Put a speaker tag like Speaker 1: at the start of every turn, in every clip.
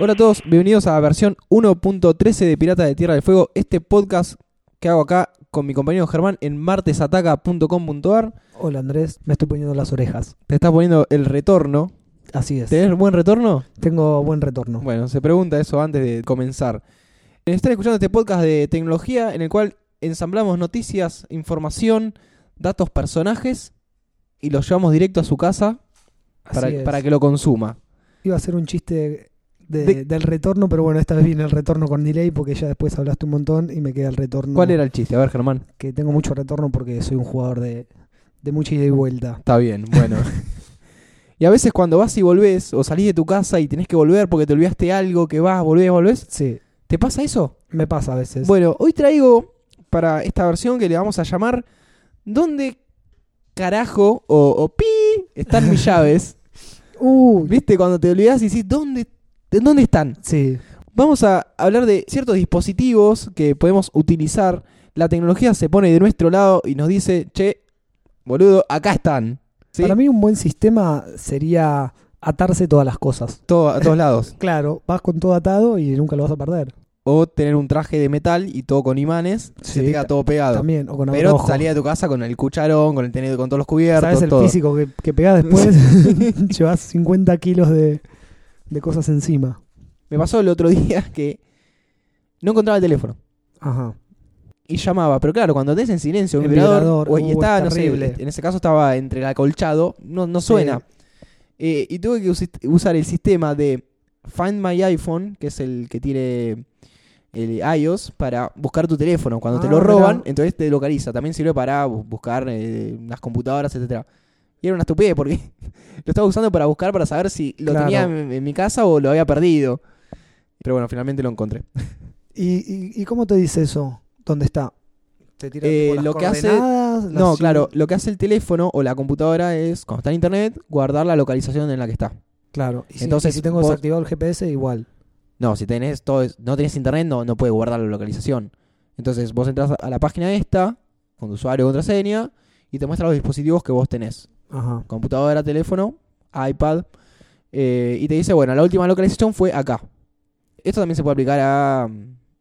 Speaker 1: Hola a todos, bienvenidos a la versión 1.13 de Piratas de Tierra del Fuego, este podcast que hago acá con mi compañero Germán en martesataca.com.ar.
Speaker 2: Hola Andrés, me estoy poniendo las orejas.
Speaker 1: Te estás poniendo el retorno.
Speaker 2: Así es.
Speaker 1: ¿Tenés buen retorno?
Speaker 2: Tengo buen retorno.
Speaker 1: Bueno, se pregunta eso antes de comenzar. Están escuchando este podcast de tecnología en el cual ensamblamos noticias, información, datos, personajes y los llevamos directo a su casa
Speaker 2: Así
Speaker 1: para,
Speaker 2: es.
Speaker 1: para que lo consuma.
Speaker 2: Iba a ser un chiste de-
Speaker 1: De-
Speaker 2: del retorno, pero bueno, esta vez viene el retorno con delay porque ya después hablaste un montón y me queda el retorno.
Speaker 1: ¿Cuál era el chiste? A ver, Germán.
Speaker 2: Que tengo mucho retorno porque soy un jugador de, de mucha ida y vuelta.
Speaker 1: Está bien, bueno. y a veces cuando vas y volvés o salís de tu casa y tenés que volver porque te olvidaste algo, que vas, volvés, volvés,
Speaker 2: Sí,
Speaker 1: ¿te pasa eso?
Speaker 2: me pasa a veces.
Speaker 1: Bueno, hoy traigo para esta versión que le vamos a llamar ¿Dónde carajo o, o pi están mis llaves?
Speaker 2: Uy,
Speaker 1: ¿Viste? Cuando te olvidás y decís, ¿dónde, de ¿dónde están?
Speaker 2: sí,
Speaker 1: Vamos a hablar de ciertos dispositivos que podemos utilizar. La tecnología se pone de nuestro lado y nos dice, che, boludo, acá están. ¿Sí?
Speaker 2: para mí un buen sistema sería atarse todas las cosas.
Speaker 1: Todo- a todos lados.
Speaker 2: Claro, vas con todo atado y nunca lo vas a perder.
Speaker 1: O tener un traje de metal y todo con imanes, se
Speaker 2: Sí,
Speaker 1: te queda todo pegado.
Speaker 2: También, o con
Speaker 1: Pero
Speaker 2: abrojo.
Speaker 1: salía de tu casa con el cucharón, con el tenedor, con todos los cubiertos,
Speaker 2: ¿Sabes el
Speaker 1: todo.
Speaker 2: físico que, que pegás después? Llevas 50 kilos de, de cosas encima.
Speaker 1: Me pasó el otro día que no encontraba el teléfono.
Speaker 2: Ajá.
Speaker 1: Y llamaba, pero claro, cuando tenés en silencio un
Speaker 2: El
Speaker 1: vibrador,
Speaker 2: vibrador,
Speaker 1: o- y
Speaker 2: uh,
Speaker 1: estaba,
Speaker 2: es
Speaker 1: no sé,
Speaker 2: terrible.
Speaker 1: en ese caso estaba entre el acolchado, no, no suena. Eh, y tuve que usi- usar el sistema de Find My iPhone, que es el que tiene el iOS, para buscar tu teléfono. Cuando te
Speaker 2: Ah,
Speaker 1: lo roban,
Speaker 2: mirá.
Speaker 1: entonces te localiza. También sirve para bu- buscar eh, las computadoras, etcétera Y era una estupidez porque lo estaba usando para buscar, para saber si lo
Speaker 2: Claro.
Speaker 1: tenía en, en mi casa o lo había perdido. Pero bueno, finalmente lo encontré.
Speaker 2: ¿Y, y, y cómo te dice eso? ¿Dónde está? ¿Te tira
Speaker 1: Eh,
Speaker 2: tipo, las
Speaker 1: lo que hace-
Speaker 2: coordenadas, las
Speaker 1: No,
Speaker 2: ciu-
Speaker 1: claro, lo que hace el teléfono o la computadora es, cuando está en internet, guardar la localización en la que está.
Speaker 2: Claro. Y si-
Speaker 1: Entonces,
Speaker 2: y si tengo
Speaker 1: vos-
Speaker 2: desactivado el GPS, igual.
Speaker 1: No, si tenés todo, es- no tenés internet, no, no puedes guardar la localización. Entonces vos entras a la página esta, con tu usuario y contraseña, y te muestra los dispositivos que vos tenés.
Speaker 2: Ajá.
Speaker 1: Computadora, teléfono, iPad, eh, y te dice, bueno, la última localización fue acá. Esto también se puede aplicar a,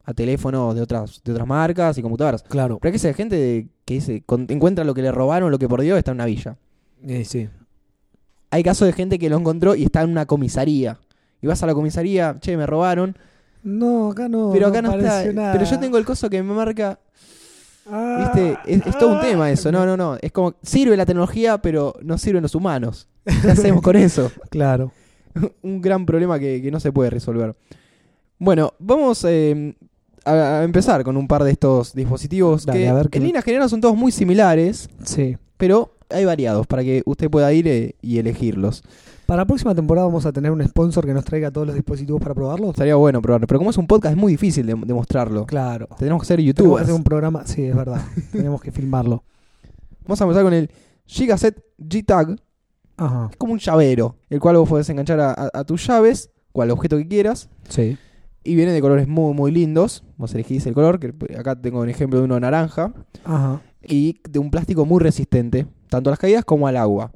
Speaker 1: a teléfonos de otras, de otras marcas y computadoras.
Speaker 2: Claro.
Speaker 1: Pero hay que ser gente de- que dice, con- encuentra lo que le robaron, lo que perdió, está en una villa.
Speaker 2: sí.
Speaker 1: Hay casos de gente que lo encontró y está en una comisaría. Y vas a la comisaría, che, me robaron.
Speaker 2: No, acá Oh, no.
Speaker 1: pero acá no, está.
Speaker 2: apareció nada.
Speaker 1: Pero yo tengo el coso que me marca.
Speaker 2: Ah,
Speaker 1: ¿Viste? Es, es todo un
Speaker 2: ah.
Speaker 1: tema eso. No, no, no. Es como. Sirve la tecnología, pero no sirven los humanos. ¿Qué hacemos con eso?
Speaker 2: Claro.
Speaker 1: un gran problema que, que no se puede resolver. Bueno, vamos eh, a, a empezar con un par de estos dispositivos
Speaker 2: Dale,
Speaker 1: que
Speaker 2: a ver qué-
Speaker 1: en líneas generales son todos muy similares,
Speaker 2: Sí.
Speaker 1: pero hay variados para que usted pueda ir eh, y elegirlos.
Speaker 2: Para la próxima temporada vamos a tener un sponsor que nos traiga todos los dispositivos para probarlos.
Speaker 1: Estaría bueno probarlo. Pero como es un podcast, es muy difícil de, de mostrarlo.
Speaker 2: Claro.
Speaker 1: Tenemos que ser
Speaker 2: Tenemos que
Speaker 1: youtubers.
Speaker 2: hacer un programa. Sí, es verdad. Tenemos que filmarlo.
Speaker 1: Vamos a empezar con el Gigaset G-Tag. que
Speaker 2: Ajá.
Speaker 1: Es como un llavero, el cual vos podés enganchar a, a- a tus llaves, cual objeto que quieras.
Speaker 2: Sí.
Speaker 1: Y viene de colores muy, muy lindos. Vos elegís el color, que pues, acá tengo un ejemplo de uno naranja.
Speaker 2: Ajá.
Speaker 1: Y de un plástico muy resistente, tanto a las caídas como al agua.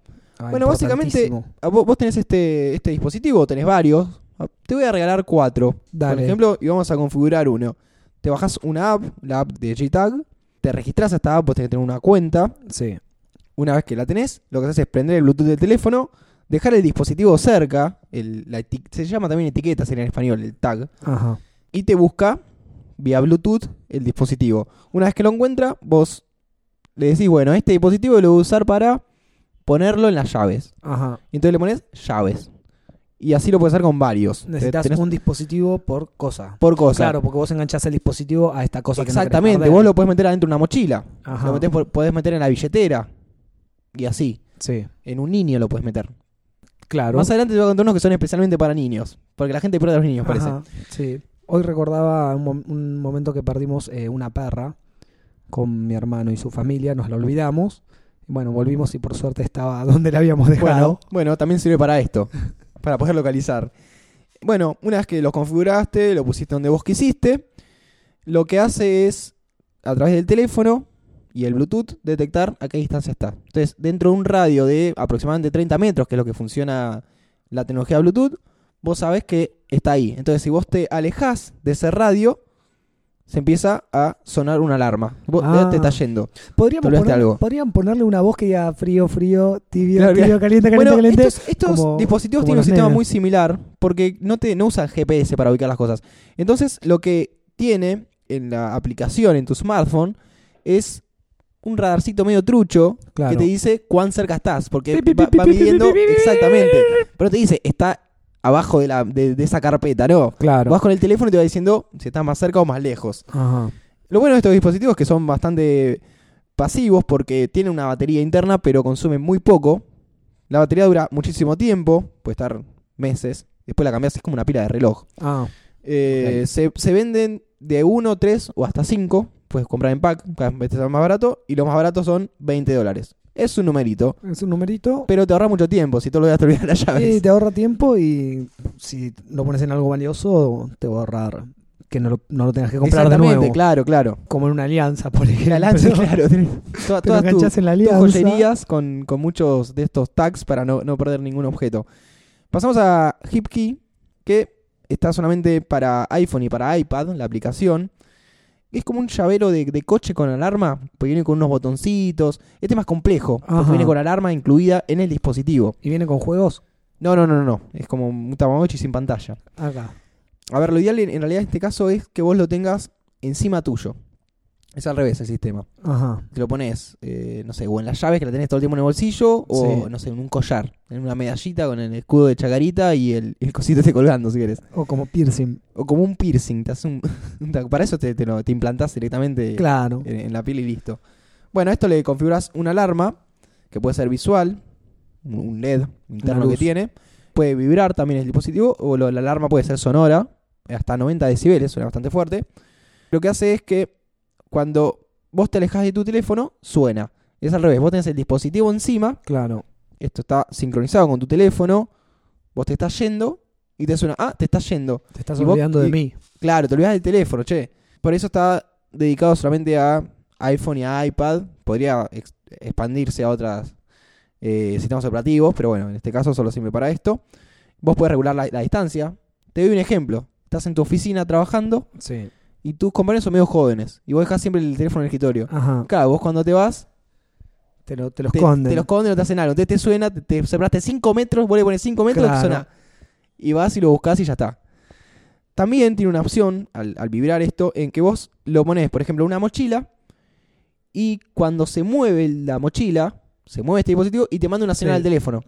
Speaker 1: Bueno, básicamente-
Speaker 2: importantísimo.
Speaker 1: Ah, Vos, vos tenés este, este dispositivo, tenés varios. Ah, Te voy a regalar cuatro. Por
Speaker 2: Dale.
Speaker 1: ejemplo, y vamos a configurar uno. Te bajás una app, la app de G-Tag. Te registrás a esta app, vos tenés que tener una cuenta.
Speaker 2: Sí.
Speaker 1: Una vez que la tenés, lo que haces es prender el Bluetooth del teléfono, dejar el dispositivo cerca, el- la eti- se llama también etiqueta, sería en español, el tag,
Speaker 2: Ajá.
Speaker 1: y te busca vía Bluetooth el dispositivo. Una vez que lo encuentra, vos le decís, bueno, este dispositivo lo voy a usar para ponerlo en las llaves.
Speaker 2: Ajá.
Speaker 1: Y entonces le pones llaves. Y así lo puedes hacer con varios. Te-
Speaker 2: Necesitas
Speaker 1: tenés
Speaker 2: un dispositivo por cosa.
Speaker 1: por cosa.
Speaker 2: Claro, porque vos enganchás el dispositivo a esta cosa que no querés
Speaker 1: Exactamente,
Speaker 2: perder.
Speaker 1: vos lo podés meter adentro de una mochila.
Speaker 2: Ajá.
Speaker 1: Lo metés por- podés meter en la billetera. Y así.
Speaker 2: Sí.
Speaker 1: En un niño lo puedes meter.
Speaker 2: Claro.
Speaker 1: Más adelante te voy a contar unos que son especialmente para niños. Porque la gente pierde a los niños, parece.
Speaker 2: Ajá. Sí. Hoy recordaba un, mom- un momento que perdimos eh, una perra con mi hermano y su familia, nos la olvidamos. Bueno, volvimos y por suerte estaba donde la habíamos dejado.
Speaker 1: Bueno, bueno, también sirve para esto, para poder localizar. Bueno, una vez que lo configuraste, lo pusiste donde vos quisiste, lo que hace es, a través del teléfono y el Bluetooth, detectar a qué distancia está. Entonces, dentro de un radio de aproximadamente 30 metros, que es lo que funciona la tecnología Bluetooth, vos sabés que está ahí. Entonces, si vos te alejás de ese radio, se empieza a sonar una alarma. Vos eh,
Speaker 2: Ah.
Speaker 1: te está yendo. Te
Speaker 2: Podríamos
Speaker 1: olvidaste
Speaker 2: poner-
Speaker 1: algo.
Speaker 2: podrían ponerle una voz que diga frío, frío, tibio,
Speaker 1: Claro,
Speaker 2: tibio,
Speaker 1: claro.
Speaker 2: caliente, caliente,
Speaker 1: Bueno,
Speaker 2: caliente.
Speaker 1: estos, estos
Speaker 2: como-
Speaker 1: dispositivos
Speaker 2: como
Speaker 1: tienen un
Speaker 2: los
Speaker 1: sistema
Speaker 2: nenes.
Speaker 1: muy similar porque no, te, no usan GPS para ubicar las cosas. Entonces, lo que tiene en la aplicación, en tu smartphone, es un radarcito medio trucho
Speaker 2: Claro.
Speaker 1: que te dice cuán cerca estás, porque
Speaker 2: Pi, pi,
Speaker 1: va,
Speaker 2: pi,
Speaker 1: va
Speaker 2: pi, pi,
Speaker 1: midiendo
Speaker 2: pi, pi, pi,
Speaker 1: exactamente. Pero te dice, está abajo de, la, de, de esa carpeta, ¿no?
Speaker 2: Claro.
Speaker 1: Vas con el teléfono y te va diciendo si estás más cerca o más lejos.
Speaker 2: Ajá.
Speaker 1: Lo bueno de estos dispositivos es que son bastante pasivos porque tienen una batería interna pero consumen muy poco. La batería dura muchísimo tiempo, puede estar meses. Después la cambias, es como una pila de reloj.
Speaker 2: Ah,
Speaker 1: Eh, se, se venden de 1, 3 o hasta 5. Puedes comprar en pack, cada vez te sale más barato. Y los más baratos son 20 dólares. Es un numerito,
Speaker 2: es un numerito.
Speaker 1: pero te ahorra mucho tiempo si todos los días te olvidas la llave.
Speaker 2: Y te ahorra tiempo y si lo pones en algo valioso, te va a ahorrar que no lo, no lo tengas que comprar de nuevo.
Speaker 1: claro, claro.
Speaker 2: Como en una alianza, por ejemplo.
Speaker 1: La lanza,
Speaker 2: Pero-
Speaker 1: claro. tenés- toda-
Speaker 2: Te
Speaker 1: todas
Speaker 2: lo
Speaker 1: tus-
Speaker 2: enganchás en la
Speaker 1: tus
Speaker 2: alianza.
Speaker 1: joyerías con, con muchos de estos tags para no, no perder ningún objeto. Pasamos a HipKey, que está solamente para iPhone y para iPad, la aplicación. Es como un llavero de, de coche con alarma, porque viene con unos botoncitos. Este es más complejo, porque
Speaker 2: Ajá.
Speaker 1: viene con alarma incluida en el dispositivo.
Speaker 2: Y viene con juegos
Speaker 1: No, no, no, no, no. Es como un Tamagotchi sin pantalla.
Speaker 2: acá.
Speaker 1: A ver, lo ideal en, en realidad en este caso es que vos lo tengas encima tuyo. Es al revés el sistema
Speaker 2: Ajá.
Speaker 1: te lo pones, eh, no sé, o en las llaves que la tenés todo el tiempo en el bolsillo, o
Speaker 2: Sí.
Speaker 1: no sé, en un collar, en una medallita con el escudo de chacarita y el, el cosito esté colgando, si querés.
Speaker 2: O como piercing.
Speaker 1: O como un piercing, te haces un, un tag- para eso te, te lo- te implantás directamente
Speaker 2: Claro.
Speaker 1: en, en la piel y listo. Bueno, a esto le configuras una alarma, que puede ser visual, un- un LED interno que
Speaker 2: luz.
Speaker 1: tiene, puede vibrar también el dispositivo, o lo- la alarma puede ser sonora, hasta 90 decibeles, suena bastante fuerte. Lo que hace es que cuando vos te alejas de tu teléfono, suena. Es al revés, vos tenés el dispositivo encima,
Speaker 2: Claro.
Speaker 1: esto está sincronizado con tu teléfono, vos te estás yendo y te suena, ah, te estás yendo.
Speaker 2: Te estás
Speaker 1: Y vos-
Speaker 2: olvidando de
Speaker 1: y-
Speaker 2: mí.
Speaker 1: Claro, te olvidas del teléfono, che. Por eso está dedicado solamente a iPhone y a iPad. Podría ex- expandirse a otros sistemas operativos, pero bueno, en este caso solo sirve para esto. Vos podés regular la, la distancia. Te doy un ejemplo. Estás en tu oficina trabajando
Speaker 2: Sí.
Speaker 1: y tus compañeros son medio jóvenes. Y vos dejás siempre el teléfono en el escritorio.
Speaker 2: Ajá.
Speaker 1: Claro, vos cuando te vas,
Speaker 2: Te lo, te lo
Speaker 1: te,
Speaker 2: esconden.
Speaker 1: te lo esconden, no te hacen algo. Entonces te suena, te, te separaste 5 metros, vos le pones 5 metros,
Speaker 2: Claro.
Speaker 1: te suena. Y vas y lo buscas y ya está. También tiene una opción, al, al vibrar esto, en que vos lo pones, por ejemplo, en una mochila. Y cuando se mueve la mochila, se mueve este dispositivo y te manda una señal
Speaker 2: Sí.
Speaker 1: al teléfono.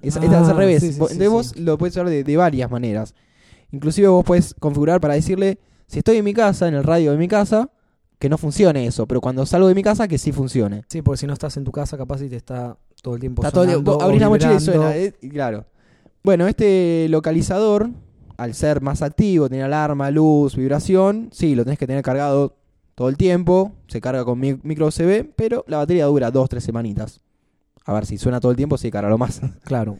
Speaker 1: Es, es
Speaker 2: Ah,
Speaker 1: al revés.
Speaker 2: sí, sí,
Speaker 1: Vos-
Speaker 2: sí,
Speaker 1: Entonces vos
Speaker 2: sí.
Speaker 1: lo puedes usar de, de varias maneras. Inclusive vos puedes configurar para decirle, si estoy en mi casa, en el radio de mi casa, que no funcione eso. Pero cuando salgo de mi casa, que sí funcione.
Speaker 2: Sí, porque si no estás en tu casa, capaz y te está todo el tiempo
Speaker 1: Está todo el-
Speaker 2: sonando
Speaker 1: vos
Speaker 2: o
Speaker 1: abrís la mochila y
Speaker 2: vibrando.
Speaker 1: suena, eh, y claro. Bueno, este localizador, al ser más activo, tiene alarma, luz, vibración, sí, lo tenés que tener cargado todo el tiempo, se carga con mi- micro USB, pero la batería dura 2-3 semanitas. A ver, si suena todo el tiempo, sí, cargalo más.
Speaker 2: Claro.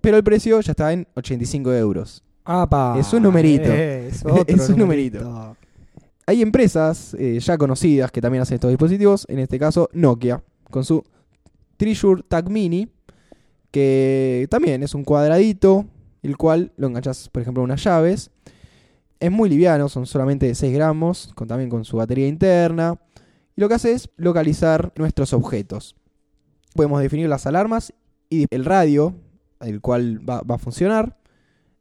Speaker 1: Pero el precio ya está en 85 euros.
Speaker 2: ¡Apa!
Speaker 1: Es un numerito.
Speaker 2: Eh, es otro
Speaker 1: Es un
Speaker 2: numerito.
Speaker 1: Hay empresas eh, ya conocidas que también hacen estos dispositivos, en este caso Nokia, con su Treasure Tag Mini, que también es un cuadradito, el cual lo enganchas, por ejemplo, a unas llaves. Es muy liviano, son solamente 6 gramos, con, también con su batería interna. Y lo que hace es localizar nuestros objetos. Podemos definir las alarmas y el radio, el cual va, va a funcionar.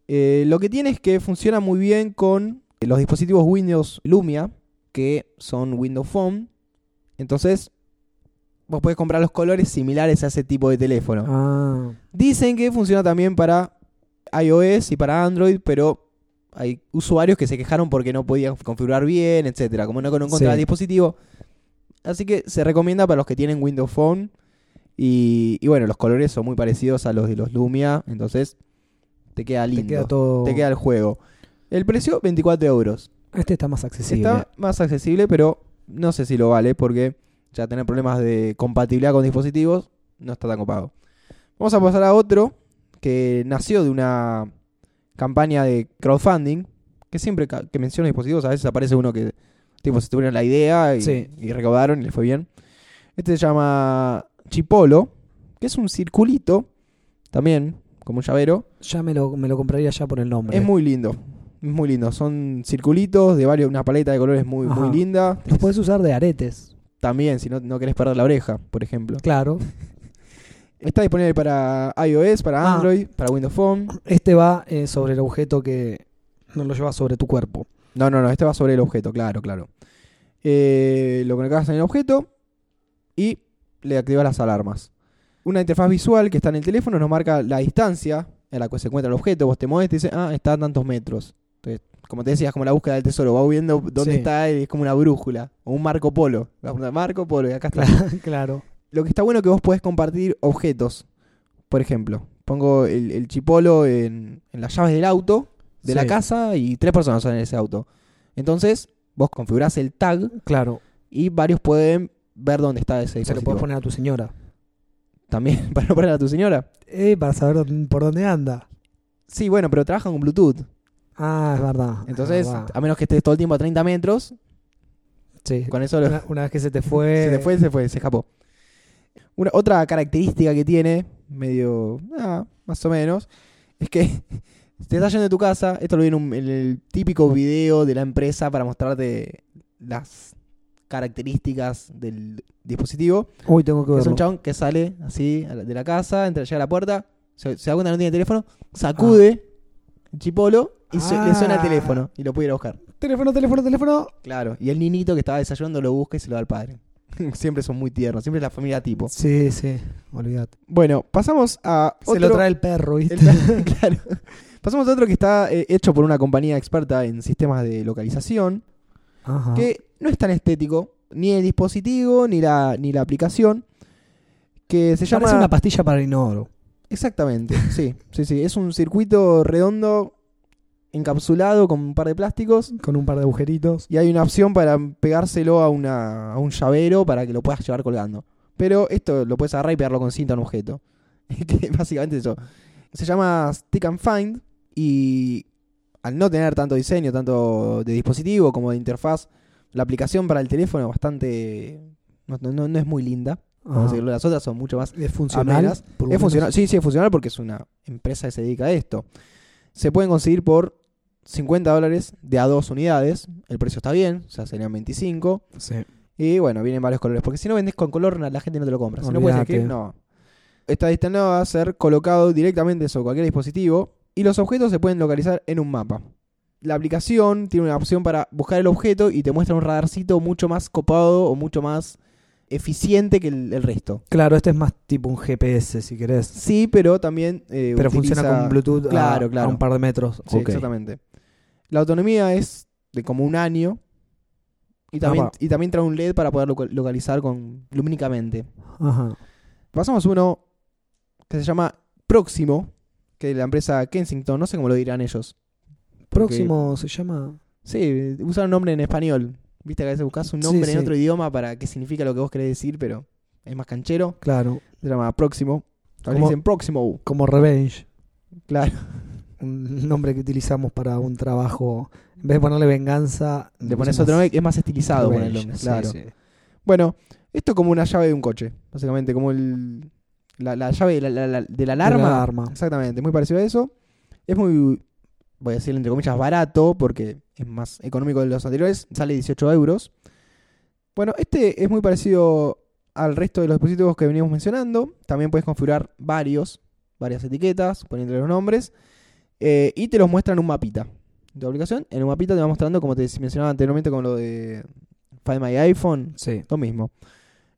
Speaker 1: Eh, lo que tiene es que funciona muy bien con eh, los dispositivos Windows Lumia, que son Windows Phone. Entonces, vos podés comprar los colores similares a ese tipo de teléfono.
Speaker 2: Ah.
Speaker 1: Dicen que funciona también para iOS y para Android, pero hay usuarios que se quejaron porque no podían configurar bien, etcétera, como no no encontraban
Speaker 2: Sí.
Speaker 1: el dispositivo. Así que se recomienda para los que tienen Windows Phone. Y, y bueno, los colores son muy parecidos a los de los Lumia, entonces te queda lindo.
Speaker 2: Te queda todo.
Speaker 1: Te queda el juego. El precio, 24 euros.
Speaker 2: Este está más accesible.
Speaker 1: Está más accesible, pero no sé si lo vale porque ya tener problemas de compatibilidad con dispositivos no está tan copado. Vamos a pasar a otro que nació de una campaña de crowdfunding, que siempre ca- que menciono dispositivos a veces aparece uno que tipo se tuvieron la idea y,
Speaker 2: Sí.
Speaker 1: y recaudaron y les fue bien. Este se llama Chipolo, que es un circulito también, como un llavero,
Speaker 2: Ya me lo, me lo compraría ya por el nombre.
Speaker 1: es muy lindo. Es muy lindo. Son circulitos de varios, una paleta de colores muy,
Speaker 2: Ajá.
Speaker 1: muy linda.
Speaker 2: Los puedes usar de aretes.
Speaker 1: También, si no, no querés perder la oreja, por ejemplo.
Speaker 2: Claro.
Speaker 1: Está disponible para iOS, para
Speaker 2: Ah.
Speaker 1: Android, para Windows Phone.
Speaker 2: Este va eh, sobre el objeto que no lo llevas sobre tu cuerpo.
Speaker 1: No, no, no, este va sobre el objeto, claro, claro. Eh, lo conectás en el objeto y le activas las alarmas. Una interfaz visual que está en el teléfono nos marca la distancia en la que se encuentra el objeto. Vos te mueves y te dice, ah, está a tantos metros. Entonces, como te decías, como la búsqueda del tesoro, va viendo dónde
Speaker 2: Sí.
Speaker 1: está, es como una brújula o un Marco Polo. Vas poniendo Marco Polo y acá está.
Speaker 2: claro.
Speaker 1: Lo que está bueno es que vos podés compartir objetos. Por ejemplo, pongo el, el chipolo en, en las llaves del auto, de la
Speaker 2: Sí.
Speaker 1: casa, y tres personas son en ese auto. Entonces, vos configurás el tag
Speaker 2: Claro.
Speaker 1: y varios pueden ver dónde está ese
Speaker 2: Se lo
Speaker 1: dispositivo.
Speaker 2: puedes poner a tu señora.
Speaker 1: También, para no poner a tu señora.
Speaker 2: Eh, para saber dónde- por dónde anda.
Speaker 1: Sí, bueno, pero trabajan con Bluetooth.
Speaker 2: Ah, es verdad. es
Speaker 1: Entonces, ah,
Speaker 2: verdad.
Speaker 1: a menos que estés todo el tiempo a 30 metros,
Speaker 2: Sí.
Speaker 1: con eso lo-
Speaker 2: Una, una vez que se te fue.
Speaker 1: se te fue, se fue, se escapó. Una, otra característica que tiene, medio. ah, más o menos, es que te estás yendo de tu casa. Esto lo vi en, un- en el típico video de la empresa para mostrarte las características del dispositivo.
Speaker 2: Uy, tengo que
Speaker 1: Es un
Speaker 2: verlo.
Speaker 1: chabón que sale así a la- de la casa, entra, llega a la puerta, se, se da cuenta que no tiene teléfono, sacude el chipolo y su- le suena el
Speaker 2: Ah.
Speaker 1: teléfono y lo puede ir a buscar.
Speaker 2: Teléfono, teléfono, teléfono.
Speaker 1: Claro, y el niñito que estaba desayunando lo busca y se lo da al padre. siempre son muy tiernos, siempre es la familia tipo.
Speaker 2: Sí, sí. Olvídate.
Speaker 1: Bueno, pasamos a otro.
Speaker 2: Se lo trae el perro, ¿viste?
Speaker 1: el- claro. Pasamos a otro que está eh, hecho por una compañía experta en sistemas de localización,
Speaker 2: Ajá.
Speaker 1: que no es tan estético, ni el dispositivo, ni la, ni la aplicación, que se
Speaker 2: Parece
Speaker 1: llama...
Speaker 2: una pastilla para el inodoro.
Speaker 1: Exactamente, sí, sí, sí. Es un circuito redondo encapsulado con un par de plásticos
Speaker 2: Con un par de agujeritos.
Speaker 1: y hay una opción para pegárselo a, una, a un llavero para que lo puedas llevar colgando. Pero esto lo puedes agarrar y pegarlo con cinta a un objeto. Que Básicamente eso. Se llama Stick and Find y al no tener tanto diseño, tanto de dispositivo como de interfaz, la aplicación para el teléfono es bastante... No, no- no es muy linda. por
Speaker 2: Ajá.
Speaker 1: decirlo, Las otras son mucho más
Speaker 2: Es funcional.
Speaker 1: Amenas.
Speaker 2: por lo
Speaker 1: es
Speaker 2: menos.
Speaker 1: funcional, sí, sí, es funcional porque es una empresa que se dedica a esto. Se pueden conseguir por 50 dólares de a dos unidades. El precio está bien, o sea, serían 25.
Speaker 2: Sí.
Speaker 1: Y bueno, vienen varios colores. Porque si no vendes con color, na- la gente no te lo compra. Si no puedes
Speaker 2: Olvídate.
Speaker 1: escribir, no. Está destinado a ser colocado directamente sobre cualquier dispositivo. Y los objetos se pueden localizar en un mapa. La aplicación tiene una opción para buscar el objeto y te muestra un radarcito mucho más copado o mucho más eficiente que el- el resto.
Speaker 2: Claro, este es más tipo un GPS, si querés.
Speaker 1: Sí, pero también. eh,
Speaker 2: Pero
Speaker 1: utiliza-
Speaker 2: funciona con Bluetooth a-
Speaker 1: Claro,
Speaker 2: a,
Speaker 1: claro.
Speaker 2: un par de metros.
Speaker 1: Sí,
Speaker 2: Ok.
Speaker 1: exactamente. La autonomía es de como un año. Y también,
Speaker 2: Apa.
Speaker 1: y también trae un LED para poder loca- localizar con, lumínicamente.
Speaker 2: Ajá.
Speaker 1: Pasamos a uno que se llama Próximo, que es la empresa Kensington. No sé cómo lo dirán ellos.
Speaker 2: Próximo se llama.
Speaker 1: Sí, usan un nombre en español. Viste que a veces buscas un
Speaker 2: Sí,
Speaker 1: nombre en
Speaker 2: sí.
Speaker 1: otro idioma para que significa lo que vos querés decir, pero es más canchero.
Speaker 2: Claro.
Speaker 1: Se llama Próximo. También
Speaker 2: Como-
Speaker 1: dicen Próximo.
Speaker 2: Como Revenge.
Speaker 1: Claro.
Speaker 2: Un nombre que utilizamos para un trabajo. En vez de ponerle venganza.
Speaker 1: Le pones otro nombre que es más estilizado.
Speaker 2: Revenge,
Speaker 1: ponerle,
Speaker 2: sí,
Speaker 1: claro.
Speaker 2: sí.
Speaker 1: Bueno, esto es como una llave de un coche, básicamente, como el, la, la llave de la, la- la- de la alarma.
Speaker 2: De la alarma.
Speaker 1: Exactamente, muy parecido a eso. Es muy, voy a decir entre comillas, barato, porque es más económico de los anteriores, sale 18 euros. Bueno, este es muy parecido al resto de los dispositivos que veníamos mencionando. También puedes configurar varios, varias etiquetas, poniéndole los nombres, eh, y te los muestra en un mapita. De aplicación, en un mapita te va mostrando, como te mencionaba anteriormente con lo de Find My iPhone,
Speaker 2: Sí.
Speaker 1: lo mismo.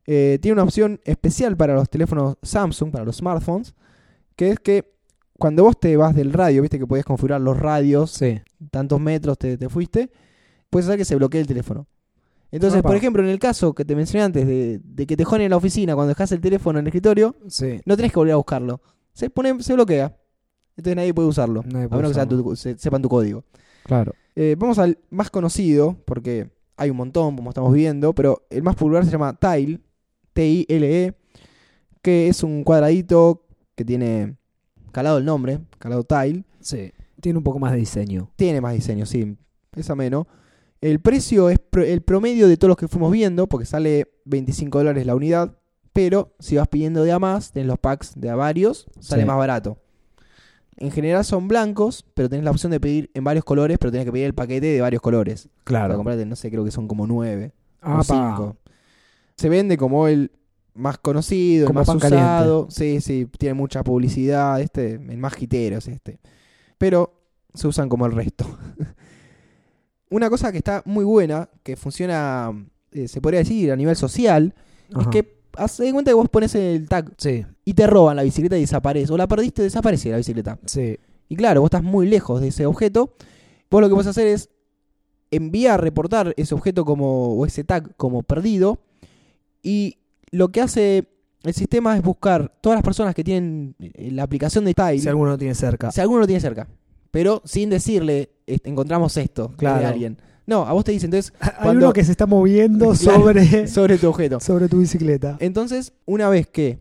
Speaker 1: Eh, tiene una opción especial para los teléfonos Samsung, para los smartphones, que es que cuando vos te vas del radio, viste que podías configurar los radios,
Speaker 2: Sí.
Speaker 1: tantos metros te, te fuiste, puedes hacer que se bloquee el teléfono. Entonces,
Speaker 2: Opa.
Speaker 1: por ejemplo, en el caso que te mencioné antes de, de que te joden en la oficina cuando dejas el teléfono en el escritorio,
Speaker 2: Sí.
Speaker 1: no tenés que volver a buscarlo. Se pone, se bloquea. Entonces nadie puede usarlo.
Speaker 2: Nadie
Speaker 1: a
Speaker 2: puede
Speaker 1: menos que sea
Speaker 2: usarlo.
Speaker 1: tu- se- sepan tu código.
Speaker 2: Claro.
Speaker 1: Eh, vamos al más conocido, porque hay un montón, como estamos viendo, pero el más popular se llama Tile, T-I-L-E, E, que es un cuadradito que tiene calado el nombre, calado Tile.
Speaker 2: Sí. Tiene un poco más de diseño.
Speaker 1: Tiene más diseño, sí, es ameno. El precio es pro- el promedio de todos los que fuimos viendo, porque sale 25 dólares la unidad, pero si vas pidiendo de a más, tenés los packs de a varios, sale
Speaker 2: Sí.
Speaker 1: más barato. En general son blancos, pero tenés la opción de pedir en varios colores, pero tenés que pedir el paquete de varios colores. Para
Speaker 2: Claro.
Speaker 1: comprarte, no sé, creo que son como nueve
Speaker 2: Ah,
Speaker 1: o cinco. Se vende como el más conocido,
Speaker 2: Como
Speaker 1: el más
Speaker 2: pan
Speaker 1: usado. Sí, sí, tiene mucha publicidad. Este, el más jitero es este. Pero se usan como el resto. Una cosa que está muy buena, que funciona, eh, se podría decir, a nivel social, es que haz de cuenta que vos pones el tag
Speaker 2: Sí,
Speaker 1: y te roban la bicicleta y desaparece. O la perdiste, desaparece la bicicleta.
Speaker 2: sí.
Speaker 1: Y claro, vos estás muy lejos de ese objeto. Vos lo que podés hacer es enviar, reportar ese objeto como, o ese tag como perdido. Y lo que hace el sistema es buscar todas las personas que tienen eh, la aplicación de Tile.
Speaker 2: Si alguno no tiene cerca.
Speaker 1: si alguno lo tiene cerca. Pero sin decirle, "Est- encontramos esto de
Speaker 2: Claro.
Speaker 1: alguien. No, a vos te dicen entonces
Speaker 2: Hay
Speaker 1: cuando-
Speaker 2: uno que se está moviendo
Speaker 1: Claro. Eh,
Speaker 2: sobre,
Speaker 1: sobre tu objeto.
Speaker 2: sobre tu bicicleta.
Speaker 1: Entonces, una vez que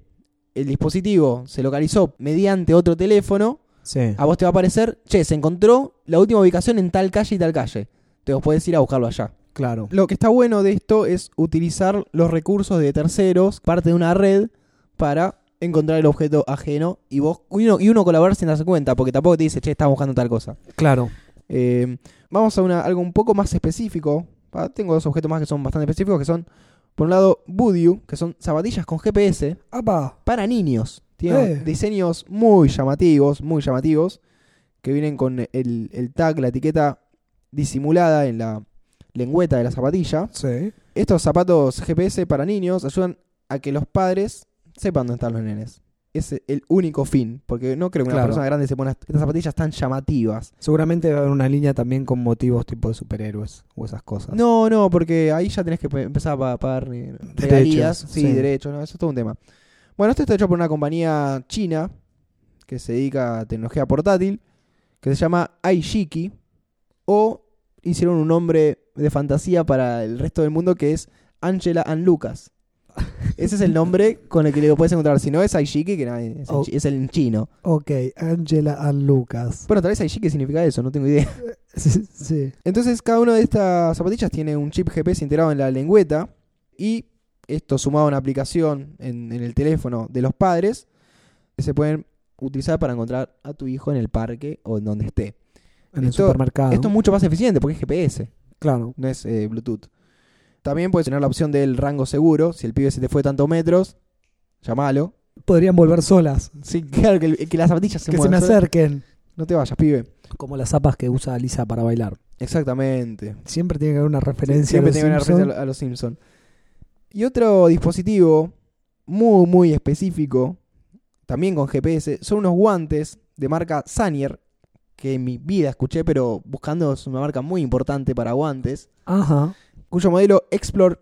Speaker 1: el dispositivo se localizó mediante otro teléfono,
Speaker 2: Sí.
Speaker 1: a vos te va a aparecer, che, se encontró la última ubicación en tal calle y tal calle. Te vos podés ir a buscarlo allá.
Speaker 2: Claro.
Speaker 1: Lo que está bueno de esto es utilizar los recursos de terceros, parte de una red, para encontrar el objeto ajeno y vos y uno, y uno colaborar sin darse cuenta, porque tampoco te dice, che, estás buscando tal cosa.
Speaker 2: Claro.
Speaker 1: Eh, vamos a una, algo un poco más específico. Ah, Tengo dos objetos más que son bastante específicos, que son, por un lado, Voodoo, que son zapatillas con GPS
Speaker 2: Apa.
Speaker 1: para niños. Tiene
Speaker 2: Eh.
Speaker 1: diseños muy llamativos, muy llamativos, que vienen con el, el tag, la etiqueta disimulada en la lengüeta de la zapatilla.
Speaker 2: Sí.
Speaker 1: Estos zapatos GPS para niños ayudan a que los padres sepan dónde están los nenes. Es el único fin, porque no creo que una
Speaker 2: Claro.
Speaker 1: persona grande se ponga estas zapatillas tan llamativas.
Speaker 2: Seguramente va a haber una línea también con motivos tipo de superhéroes o esas cosas.
Speaker 1: No, no, porque ahí ya tenés que pe- empezar a pa- pagar eh, regalías, sí,
Speaker 2: sí.
Speaker 1: derechos, no, eso es todo un tema. Bueno, esto está hecho por una compañía china que se dedica a tecnología portátil, que se llama Aishiki, o hicieron un nombre de fantasía para el resto del mundo que es Angela and Lucas. Ese es el nombre con el que lo puedes encontrar. Si no es Aishiki, que nada, es, en
Speaker 2: Oh.
Speaker 1: chi- es el en chino.
Speaker 2: Ok, Angela and Lucas.
Speaker 1: Bueno, tal vez Aishiki significa eso, no tengo idea.
Speaker 2: Sí, sí.
Speaker 1: Entonces cada una de estas zapatillas tiene un chip GPS integrado en la lengüeta y esto sumado a una aplicación en, en el teléfono de los padres que se pueden utilizar para encontrar a tu hijo en el parque o en donde esté.
Speaker 2: En el
Speaker 1: Esto-
Speaker 2: supermercado.
Speaker 1: Esto es mucho más eficiente porque es GPS,
Speaker 2: Claro.
Speaker 1: no es eh, Bluetooth. También puedes tener la opción del rango seguro. Si el pibe se te fue tantos metros, llamalo.
Speaker 2: Podrían volver solas.
Speaker 1: Sí, claro, que, el- que las zapatillas se
Speaker 2: que se me
Speaker 1: muevan solas.
Speaker 2: acerquen.
Speaker 1: No te vayas, pibe.
Speaker 2: Como las zapas que usa Lisa para bailar.
Speaker 1: Exactamente.
Speaker 2: Siempre tiene que haber una referencia.
Speaker 1: Siempre
Speaker 2: a los
Speaker 1: tengo una
Speaker 2: Simpson.
Speaker 1: referencia a lo- a los Simpsons. Y otro dispositivo muy, muy específico, también con GPS, son unos guantes de marca Sanier, que en mi vida escuché, pero buscando es una marca muy importante para guantes,
Speaker 2: Ajá.
Speaker 1: cuyo modelo Explore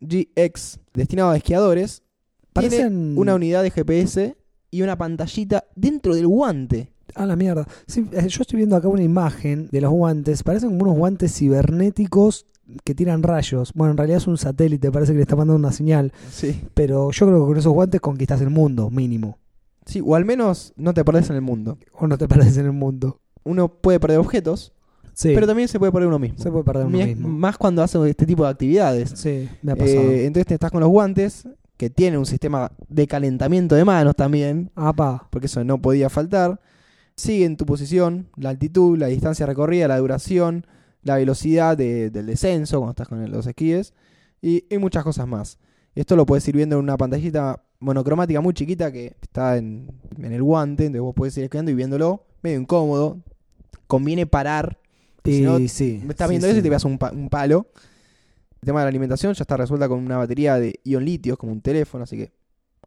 Speaker 1: XGX, destinado a esquiadores, tiene
Speaker 2: Parecen
Speaker 1: una unidad de GPS y una pantallita dentro del guante.
Speaker 2: A la mierda. Sí, eh, yo estoy viendo acá una imagen de los guantes. Parecen como unos guantes cibernéticos que tiran rayos. Bueno, en realidad es un satélite, parece que le está mandando una señal.
Speaker 1: Sí.
Speaker 2: Pero yo creo que con esos guantes conquistas el mundo, mínimo.
Speaker 1: Sí, o al menos no te perdés en el mundo.
Speaker 2: O no te perdés en el mundo.
Speaker 1: Uno puede perder objetos,
Speaker 2: Sí.
Speaker 1: pero también se puede perder uno mismo.
Speaker 2: se puede perder uno
Speaker 1: Mira,
Speaker 2: mismo.
Speaker 1: Más cuando hace este tipo de actividades.
Speaker 2: Sí, me ha pasado.
Speaker 1: Eh, entonces te estás con los guantes, que tienen un sistema de calentamiento de manos también,
Speaker 2: Apa.
Speaker 1: porque eso no podía faltar. Siguen tu posición, la altitud, la distancia recorrida, la duración, la velocidad de- del descenso cuando estás con los esquíes y, y muchas cosas más. Esto lo puedes ir viendo en una pantallita monocromática muy chiquita que está en, en el guante, entonces vos podés ir esquiando y viéndolo, medio incómodo. Conviene parar
Speaker 2: Y
Speaker 1: si no,
Speaker 2: sí.
Speaker 1: me Estás
Speaker 2: sí,
Speaker 1: viendo
Speaker 2: sí.
Speaker 1: eso y te pegas un, pa- un palo. El tema de la alimentación ya está resuelta con una batería de ion litio, es como un teléfono, así que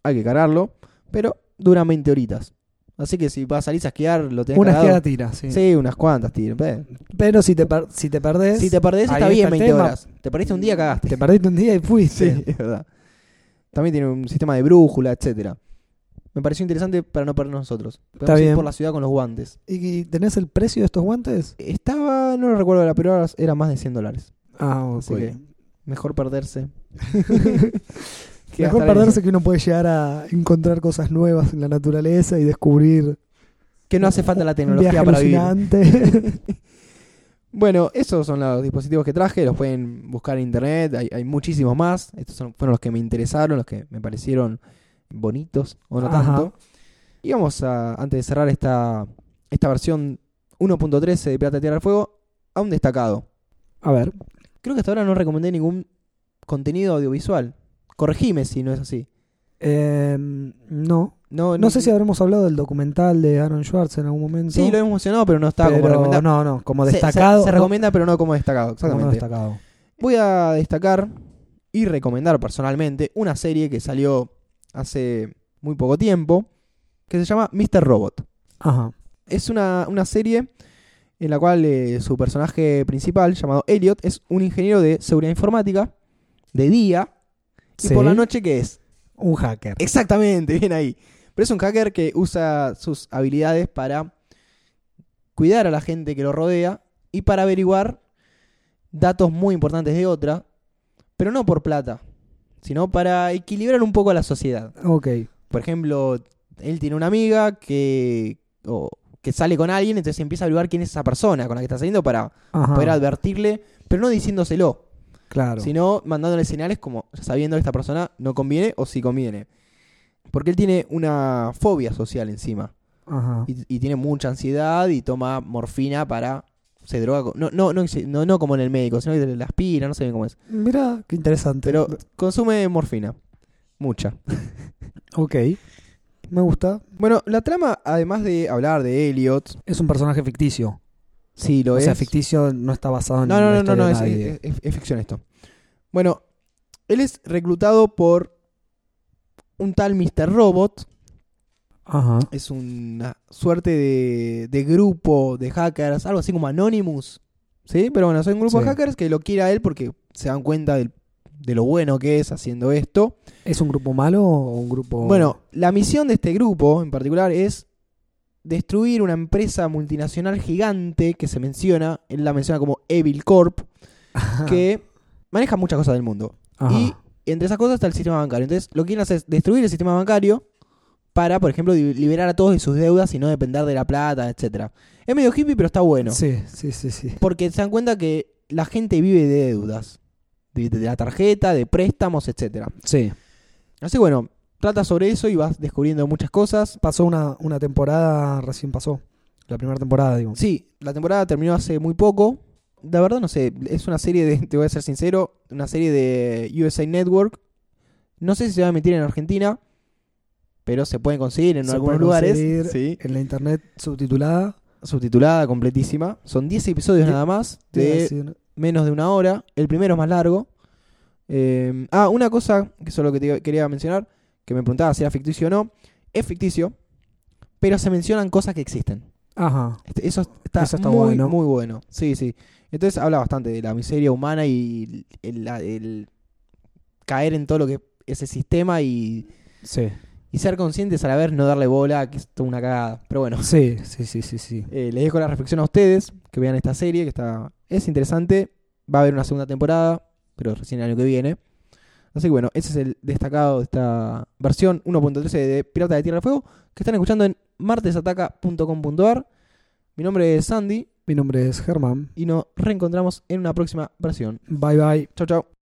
Speaker 1: hay que cargarlo. Pero dura 20 horitas. Así que si vas a salir a esquiar, lo tenés
Speaker 2: Una
Speaker 1: cargado.
Speaker 2: esquiada tira, sí.
Speaker 1: Sí, unas cuantas, tío. Ve.
Speaker 2: Pero si te, per- si te perdés.
Speaker 1: Si te perdés,
Speaker 2: ahí
Speaker 1: está bien
Speaker 2: el
Speaker 1: 20
Speaker 2: tema.
Speaker 1: horas. Te perdiste un día, cagaste.
Speaker 2: Te perdiste un día y fuiste.
Speaker 1: Sí, es verdad. También tiene un sistema de brújula, etcétera. Me pareció interesante para no perder nosotros. Podemos
Speaker 2: Está
Speaker 1: ir
Speaker 2: bien.
Speaker 1: por la ciudad con los guantes.
Speaker 2: ¿Y tenés el precio de estos guantes?
Speaker 1: Estaba, no lo recuerdo ahora, pero ahora era más de 100 dólares.
Speaker 2: Ah, ok.
Speaker 1: Así que mejor perderse. que
Speaker 2: Mejor
Speaker 1: gastar en
Speaker 2: perderse
Speaker 1: eso.
Speaker 2: que uno puede llegar a encontrar cosas nuevas en la naturaleza y descubrir
Speaker 1: Que no hace falta la
Speaker 2: un
Speaker 1: tecnología
Speaker 2: viaje
Speaker 1: para vivir.
Speaker 2: alucinante.
Speaker 1: Bueno, esos son los dispositivos que traje, los pueden buscar en internet, hay, hay muchísimos más. Estos son- fueron los que me interesaron, los que me parecieron bonitos o no
Speaker 2: Ajá.
Speaker 1: tanto. Y vamos a, antes de cerrar esta, esta versión 1.13 de Plata Tierra al Fuego, a un destacado.
Speaker 2: a ver,
Speaker 1: Creo que hasta ahora no recomendé ningún contenido audiovisual. Corregime si no es así.
Speaker 2: eh, no.
Speaker 1: em, No,
Speaker 2: No sé si habremos hablado del documental de Aaron Schwartz en algún momento.
Speaker 1: Sí, lo hemos mencionado, pero no estaba como
Speaker 2: pero
Speaker 1: recomendado.
Speaker 2: No, no, como
Speaker 1: Se- se-
Speaker 2: destacado.
Speaker 1: Se,
Speaker 2: no,
Speaker 1: recomienda, pero no como destacado,
Speaker 2: como
Speaker 1: exactamente.
Speaker 2: destacado.
Speaker 1: Voy a destacar y recomendar personalmente una serie que salió hace muy poco tiempo, que se llama Mr. Robot.
Speaker 2: Ajá.
Speaker 1: Es una, una serie en la cual eh, su personaje principal, llamado Elliot, es un ingeniero de seguridad informática de día y
Speaker 2: Sí.
Speaker 1: por la noche, Eh, ¿qué es?
Speaker 2: Un hacker.
Speaker 1: Exactamente, bien ahí. Pero es un hacker que usa sus habilidades para cuidar a la gente que lo rodea y para averiguar datos muy importantes de otra, pero no por plata, sino para equilibrar un poco a la sociedad.
Speaker 2: Ok.
Speaker 1: Por ejemplo, él tiene una amiga que, o que sale con alguien, entonces empieza a averiguar quién es esa persona con la que está saliendo para
Speaker 2: Ajá.
Speaker 1: poder advertirle, pero no diciéndoselo,
Speaker 2: claro.
Speaker 1: sino mandándole señales como ya sabiendo que esta persona no conviene o sí conviene. Porque él tiene una fobia social encima.
Speaker 2: Ajá.
Speaker 1: Y, y tiene mucha ansiedad y toma morfina para... Se droga... con- No, no, no, no, no como en el médico, sino que la aspira, no sé bien cómo es.
Speaker 2: Mira, qué interesante.
Speaker 1: Pero consume morfina. Mucha.
Speaker 2: ok. Me gusta.
Speaker 1: Bueno, la trama, además de hablar de Elliot...
Speaker 2: Es un personaje ficticio.
Speaker 1: Sí, lo
Speaker 2: o
Speaker 1: es.
Speaker 2: sea, ficticio no está basado en
Speaker 1: No, no,
Speaker 2: la
Speaker 1: no, no, no,
Speaker 2: historia de
Speaker 1: es, eh,
Speaker 2: nadie.
Speaker 1: es- es- es ficción esto. Bueno, él es reclutado por un tal Mr. Robot,
Speaker 2: Ajá.
Speaker 1: es una suerte de, de grupo de hackers, algo así como Anonymous. ¿Sí? Pero bueno, soy un grupo
Speaker 2: Sí.
Speaker 1: de hackers que lo quiera a él porque se dan cuenta del- de lo bueno que es haciendo esto.
Speaker 2: ¿Es un grupo malo o un grupo...?
Speaker 1: Bueno, la misión de este grupo en particular es destruir una empresa multinacional gigante que se menciona, él la menciona como Evil Corp,
Speaker 2: Ah.
Speaker 1: que maneja muchas cosas del mundo.
Speaker 2: Ajá.
Speaker 1: Y entre esas cosas está el sistema bancario. Entonces, lo que quieren hacer es destruir el sistema bancario para, por ejemplo, di- liberar a todos de sus deudas y no depender de la plata, etcétera. Es medio hippie, pero está bueno.
Speaker 2: Sí, sí, sí, sí.
Speaker 1: Porque se dan cuenta que la gente vive de deudas. De, de la tarjeta, de préstamos, etcétera.
Speaker 2: Sí.
Speaker 1: Así bueno, trata sobre eso y vas descubriendo muchas cosas.
Speaker 2: Pasó una, una temporada, recién pasó. La primera temporada, digo.
Speaker 1: Sí, la temporada terminó hace muy poco. La verdad no sé, es una serie de, te voy a ser sincero, una serie de USA Network. No sé si se va a emitir en Argentina, pero se puede conseguir en
Speaker 2: Se
Speaker 1: algunos
Speaker 2: puede
Speaker 1: lugares.
Speaker 2: conseguir.
Speaker 1: Sí.
Speaker 2: En la internet subtitulada.
Speaker 1: Subtitulada, completísima. Son 10 episodios
Speaker 2: Di-
Speaker 1: nada más,
Speaker 2: te iba a
Speaker 1: de
Speaker 2: decir-
Speaker 1: menos de una hora. El primero es más largo. Eh, ah, una cosa, que eso es lo que te quería mencionar, que me preguntaba si era ficticio o no. Es ficticio, pero se mencionan cosas que existen.
Speaker 2: Ajá.
Speaker 1: Este, Eso está,
Speaker 2: Eso está
Speaker 1: muy,
Speaker 2: bueno.
Speaker 1: muy bueno. Sí, sí. Entonces habla bastante de la miseria humana y el, la- el caer en todo lo que es el sistema y,
Speaker 2: Sí.
Speaker 1: y ser conscientes a la vez, no darle bola, que es toda una cagada. Pero bueno,
Speaker 2: Sí, sí, sí, sí, sí.
Speaker 1: eh, les dejo la reflexión a ustedes, que vean esta serie, que está es interesante. Va a haber una segunda temporada, pero recién el año que viene. Así que bueno, ese es el destacado de esta versión 1.13 de Pirata de Tierra del Fuego, que están escuchando en martesataca.com.ar. Mi nombre es Sandy
Speaker 2: Mi nombre es Germán.
Speaker 1: y nos reencontramos en una próxima versión.
Speaker 2: Bye, bye.
Speaker 1: Chau, chau.